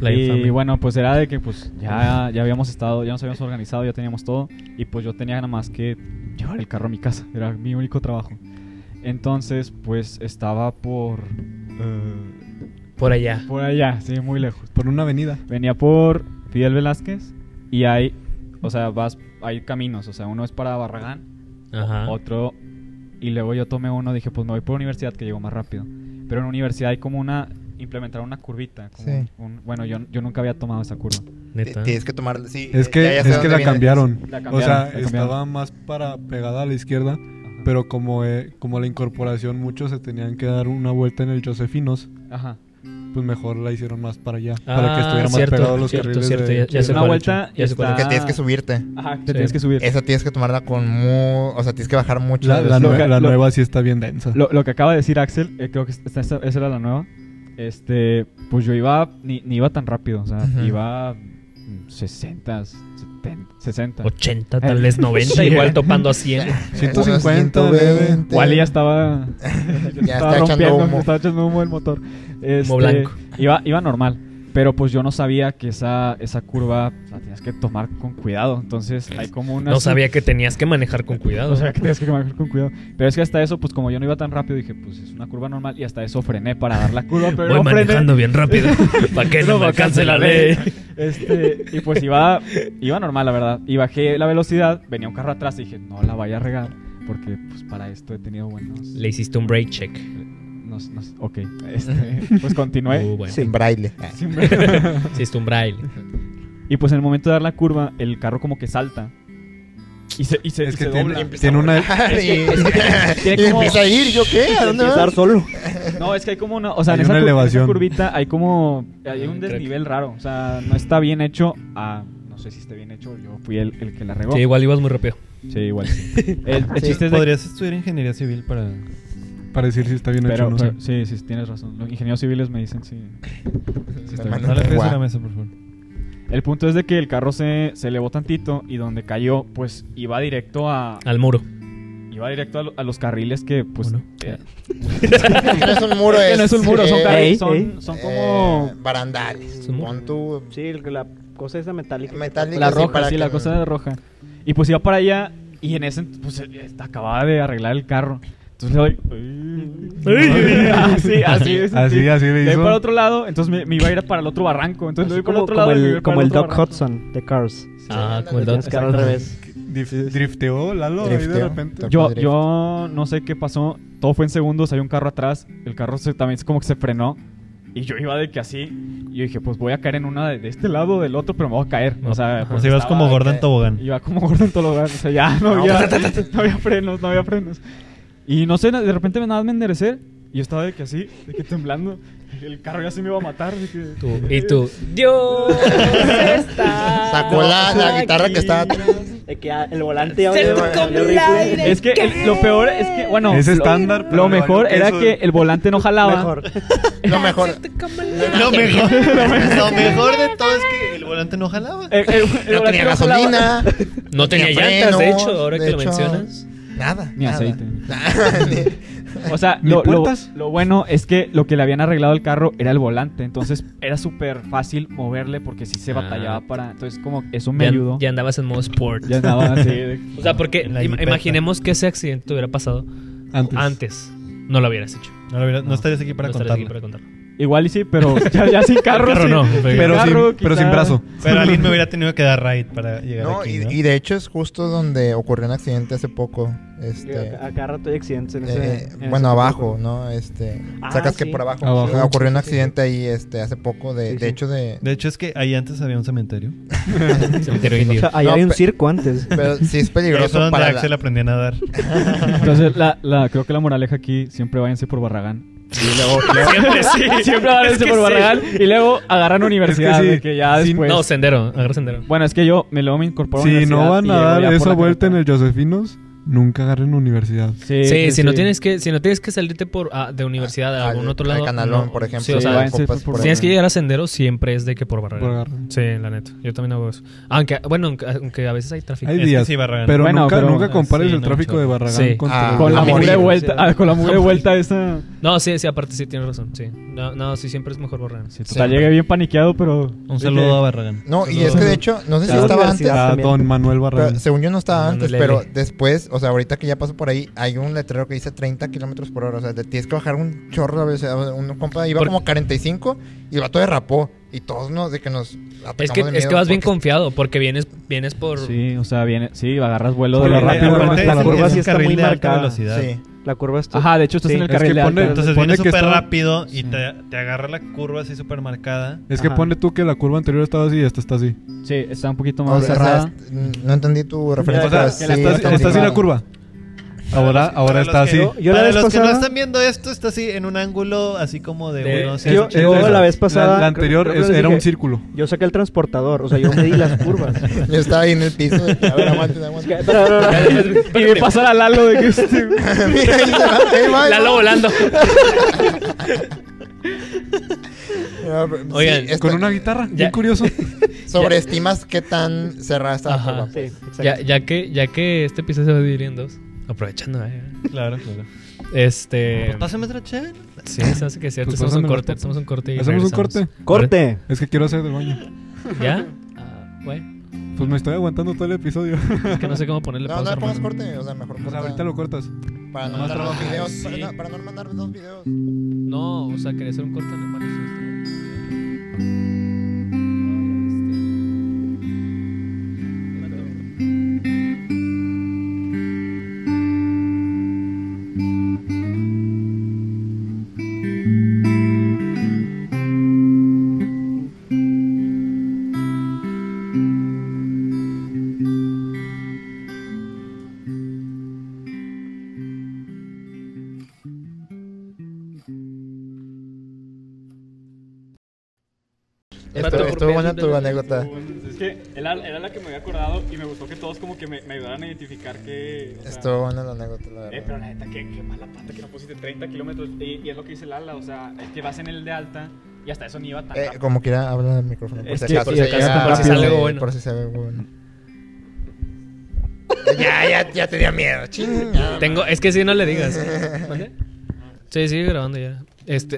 La infame.
Y bueno, pues era de que pues ya, ya habíamos estado, ya nos habíamos organizado, ya teníamos todo. Y pues yo tenía nada más que llevar el carro a mi casa, era mi único trabajo. Entonces pues estaba por... eh,
Por allá.
por allá, sí, muy lejos.
Por una avenida.
Venía por Fidel Velázquez y hay, o sea, vas, hay caminos, o sea, uno es para Barragán,
Ajá.
otro y luego yo tomé uno, dije, pues me voy por universidad que llego más rápido. Pero en universidad hay como una implementaron una curvita, como
Sí.
un- bueno, yo, yo nunca había tomado esa curva.
T-
Neta.
Tienes que tomarla, sí.
Es
eh,
que,
ya- ya sé
es que
dónde
la
viene.
cambiaron.
La cambiaron,
O sea,
la cambiaron.
estaba más para pegada a la izquierda,
Ajá.
pero como, eh, como la incorporación muchos se tenían que dar una vuelta en el Josefinos,
Ajá.
pues mejor la hicieron más para allá,
Ah,
para que estuviera
cierto,
más pegado a los
cierto,
carriles
cierto,
de-
ya- ya
Es
sé
una
cuál,
vuelta
ya sé cuál.
está-
Que tienes que subirte.
Ajá, te
Sí.
tienes que subir.
Esa tienes que tomarla con muy... O sea, tienes que bajar mucho.
La,
de
la
velocidad.
nue-
que-
la
lo-
nueva sí está bien densa.
Lo, lo que acaba de decir Axel, eh, creo que esta- esta- esa era la nueva. Este, pues yo iba, ni, ni iba tan rápido, o sea,
Ujú.
iba mm, 60, 70, 60.
80, tal vez 90, igual topando a 100.
150,
Unos
bebé.
120.
Wally ya estaba,
Ya está echando
rompiendo,
humo.
estaba echando humo el motor. Este,
blanco.
Iba, iba normal, pero pues yo no sabía que esa, esa curva la tenías que tomar con cuidado. Entonces hay como una...
No sabía que tenías que manejar con cuidado.
No sabía que tenías que manejar con cuidado. Pero es que hasta eso, pues como yo no iba tan rápido, dije, pues es una curva normal y hasta eso frené para dar la curva, pero
Voy
no frené.
manejando bien rápido. ¿Para que no me alcance la ley?
Este, y pues iba, iba normal, la verdad. Y bajé la velocidad, venía un carro atrás y dije, no la vaya a regar, porque pues para esto he tenido buenos...
Le hiciste un brake check.
no s- no s- ok, este, pues continué.
Uh, bueno.
En braille. Ah,
Sin ver-
Hiciste un braille.
y pues en el momento de dar la curva, el carro como que salta. Y se, y se, y
es que
se
tiene,
dobla.
tiene una...
Y
tiene
y
como-
empieza a ir, ¿yo qué? ¿A dónde
Empezar
vas?
solo.
No, es que hay como una. O sea,
Hay
en, esa
una
cur- en esa
elevación.
curvita hay como. Hay un
Creo que-
desnivel raro. O sea, no está bien hecho. A, no sé si esté bien hecho. Yo fui el, el que la regó.
Sí, igual ibas muy rápido.
Sí, igual. El, el
Sí.
chiste es de.
¿Podrías estudiar ingeniería civil para...?
Para decir si está bien hecho o
Pero,
no.
pero- sí, sí, tienes razón. Los ingenieros civiles me dicen sí. sí está bien.
No le pegues a la
Guau.
mesa, por favor.
El punto es de que el carro se, se elevó tantito y donde cayó, pues iba directo a.
Ah.
Al muro.
Iba directo a, lo- a los carriles que, pues.
Uno.
eh,
No es un muro,
que
es...
no es un muro, son
eh,
carriles.
carriles.
Ey,
Son,
ey.
son como.
eh, barandales.
Son-
Pon tu...
Sí, el- la cosa esa metálica.
Metálica,
La
sí,
roja,
para
sí,
que Ah,
la
no-
cosa de roja. Y pues iba para allá y en ese ent- pues eh, acababa de arreglar el carro. Entonces le doy. así, así. me sentí.
Así, así
Le
le
doy
hizo.
para otro lado, entonces me, me iba a ir para el otro barranco. Entonces le
Así
doy para
como,
el otro
como
lado. y me
el,
voy
como
para
el Doc
otro
Hudson de Cars.
Ah,
Sí,
como el
ándale,
Doc.
Tienes que dar al revés.
Dif- Drifteó Lalo ahí de
Drifteo.
repente.
Tocó
barranco. Yo,
drift.
yo no sé qué pasó. Todo fue en segundos. Hay un carro atrás. El carro se- también es como que se frenó. Y yo iba de que así. Y yo dije, pues voy a caer en una de, de este lado o del otro, pero me voy a caer. O sea,
Ajá.
pues,
Si vas como
estaba
gorda en
que-
tobogán.
Iba como gordo en todo lugar. O sea, ya no
No,
había, no había frenos, no había frenos. Y no sé, de repente me nada más me enderecé. Y yo estaba de que así, de que temblando. El carro ya se me iba a matar. de que-
Tú- Y tú, Dios está.
Sacó la, la guitarra que estaba atrás.
De que ah, el volante ya
Se
valió-
te
valió
come el
ridículo.
aire.
Es
Es que el- lo peor es que, bueno,
Es
lo-
estándar, pero
Lo
le valió
mejor era
queso.
que el volante no jalaba.
mejor.
Lo mejor.
Lo mejor, lo mejor de todo es que el volante no jalaba.
El- el- el
No
volante
tenía
no jalaba.
gasolina.
No tenía llantas, de hecho, ahora que lo mencionas.
Nada.
Ni
nada.
aceite.
Nada, ni-
O sea,
Ni
lo, lo-
puertas.
lo bueno es que lo que le habían arreglado al carro era el volante. Entonces era súper fácil moverle porque sí se
Ah.
batallaba para. Entonces, como eso me
Ya,
ayudó.
ya andabas en modo sport.
Ya andaba así. de-
O sea, porque
En la
im-
jipeta.
imaginemos que ese accidente hubiera pasado
Antes.
antes. No lo hubieras hecho.
No, lo hubiera- no estarías aquí para
No estarías aquí
contarlo.
para contarlo.
Igual y sí, pero ya, ya sin carro.
carro
sí.
no,
Pero,
carro,
sin, pero
quizá-
sin brazo.
Pero alguien me hubiera tenido que dar ride para llegar
No,
aquí.
y,
¿no?
y de hecho es justo donde ocurrió un accidente hace poco. Este.
Acá acá rato hay accidentes en ese.
eh,
en ese
bueno,
tipo de
abajo,
cosas.
¿no? Este,
Ah,
sacas
sí.
que por abajo,
Abajo.
Ah, ocurrió un
Sí, sí, sí.
accidente ahí este hace poco de,
Sí,
de
sí.
hecho de
De hecho, es que ahí antes había un cementerio.
Cementerio
O
indio.
sea, ahí
No,
hay un
pe-
circo antes.
pero sí es
Ahí fue
peligroso
donde
para la-
Axel aprendió a nadar.
Entonces, la, la- creo que la moraleja aquí siempre váyanse por Barragán.
y luego- luego-
Siempre sí.
Siempre váyanse
que
por
sí.
Barragán y luego agarran universidad.
sí,
de que ya
sí,
después.
No, sendero. Agarra sendero.
bueno, es que yo me luego me incorporo a la
Si no
universidad
van
y
a
llego ya
dar
por
esa
la
vuelta en el
carretera.
Josefines, nunca agarren universidad.
Sí,
Sí,
sí,
si no
sí.
tienes que si no tienes que salirte por ah, de universidad a
al-
algún otro
al
lado.
canalón,
no.
por ejemplo.
Sí, o
Sí,
sea,
vayan
copas
siempre por
por
si tienes que
ahí.
llegar a sendero siempre es de que por
Por
barrera.
agarrar.
Sí, la neta. Yo también hago eso. Aunque bueno, aunque, aunque a veces hay tráfico.
Hay
Es que
días.
sí, Barragán.
pero
Bueno,
nunca,
pero-
nunca compares
Sí,
el
no,
tráfico
mucho.
de Barragán
Sí.
con
Ah,
el-
Con la
A morir.
mugre vuelta, ah, con la mugre vuelta esa.
No, sí, sí, aparte sí tienes razón, sí. No, no, sí siempre es mejor barrera.
Sí, total,
Siempre.
llegué bien paniqueado, pero.
Un saludo a Barragán.
No, y es que de hecho, no sé si
Cada
estaba antes,
universidad.
Está
también.
Ah, Don Manuel Barragán.
pero según yo no estaba
Ah,
antes,
ándale.
pero después, o sea, ahorita que ya paso por ahí, hay un letrero que dice 30 kilómetros por hora, o sea, te tienes que bajar un chorro, a veces, un compa iba
Por-
como 45 y el vato derrapó y todos nos, de que nos atacamos
Es que,
de
es que
miedo
vas bien
porque-
confiado porque vienes vienes por
Sí, o sea, viene, sí, agarras vuelo
Por
de
la
lo
rápida,
rápido.
aparte-
la curva.
sí está muy marcada.
velocidad.
Sí.
La curva está.
Ajá, de hecho estás
Sí.
en el
Es
carril
que
de alta
pone-
velocidad.
Entonces
Ponle
viene
que
súper
estaba-
rápido y te, te agarra la curva así súper marcada.
Es que
Ajá.
ponle tú que la curva anterior estaba así y esta está así.
Sí, está un poquito
O
más
sea,
cerrada.
o sea, est- no entendí tu referencia.
O sea,
pero
que la
sí,
Está,
está
está así
así.
la curva. Ahora, ahora
Para
está
los
así.
que-
Yo- yo la
para
vez
los que no
pasada-
están viendo esto, está así en un ángulo así como de,
De-
unos
yo-
180
yo
grados.
la vez pasada,
La,
creo-
anterior
creo que
es-
les
era
dije-
un círculo.
Yo saqué el transportador, o sea, yo medí las curvas.
Yo estaba ahí en el piso. De que, a ver, aguanten, aguanten.
Pero, pero, pero-
Y me pasar a Lalo de que este-
Mira, ahí se va, ahí va, ahí
Lalo
va.
volando.
No, pero- sí,
Oigan,
esta-
Con una guitarra. Bien
Ya.
curioso.
Sobreestimas qué tan cerrada está la
Ajá.
curva.
sí, exacto.
Ya, ya que ya que este episodio se va a dividir en dos, aprovechando eh,
Claro, claro.
este
Pues pásame otra chela.
sí, se hace que es cierto,
Pues
hacemos un
pásamelo,
corte,
papi.
hacemos un corte y
Hacemos un
regresamos.
corte.
Corte.
Es que quiero hacer del baño.
¿Ya? Ah, bueno,
Pues me estoy aguantando todo el episodio.
es que no sé cómo ponerle
No, no
pausa.
le pongas
hermano.
corte. O sea, mejor
Pues
corta
ahorita lo cortas.
Para no
nomás
mandar dos
trabaja.
videos.
Sí.
Para, no, para no mandar dos videos.
No, o sea, quería hacer un corte en el baño.
Esto- Estuvo buena tu anécdota.
Es que era, era la que me había acordado y me gustó que todos como que me, me ayudaran a identificar que... o sea,
Estuvo buena la anécdota, la
Eh, pero
verdad.
la neta, qué, qué mala pata que no pusiste 30 kilómetros. Y, y es lo que dice Lala, o sea, es que vas en el de alta y hasta eso ni iba tan
Eh,
rápido.
como quiera, habla el micrófono.
Es
si
que
acaso
por si
se
acaso,
llega-
por si
sale
sí,
algo bueno.
Por si sale algo bueno. ya, ya, ya tenía miedo. Chingada.
Tengo, es que si no le digas. ¿Vale? Sí, sigue grabando ya. Este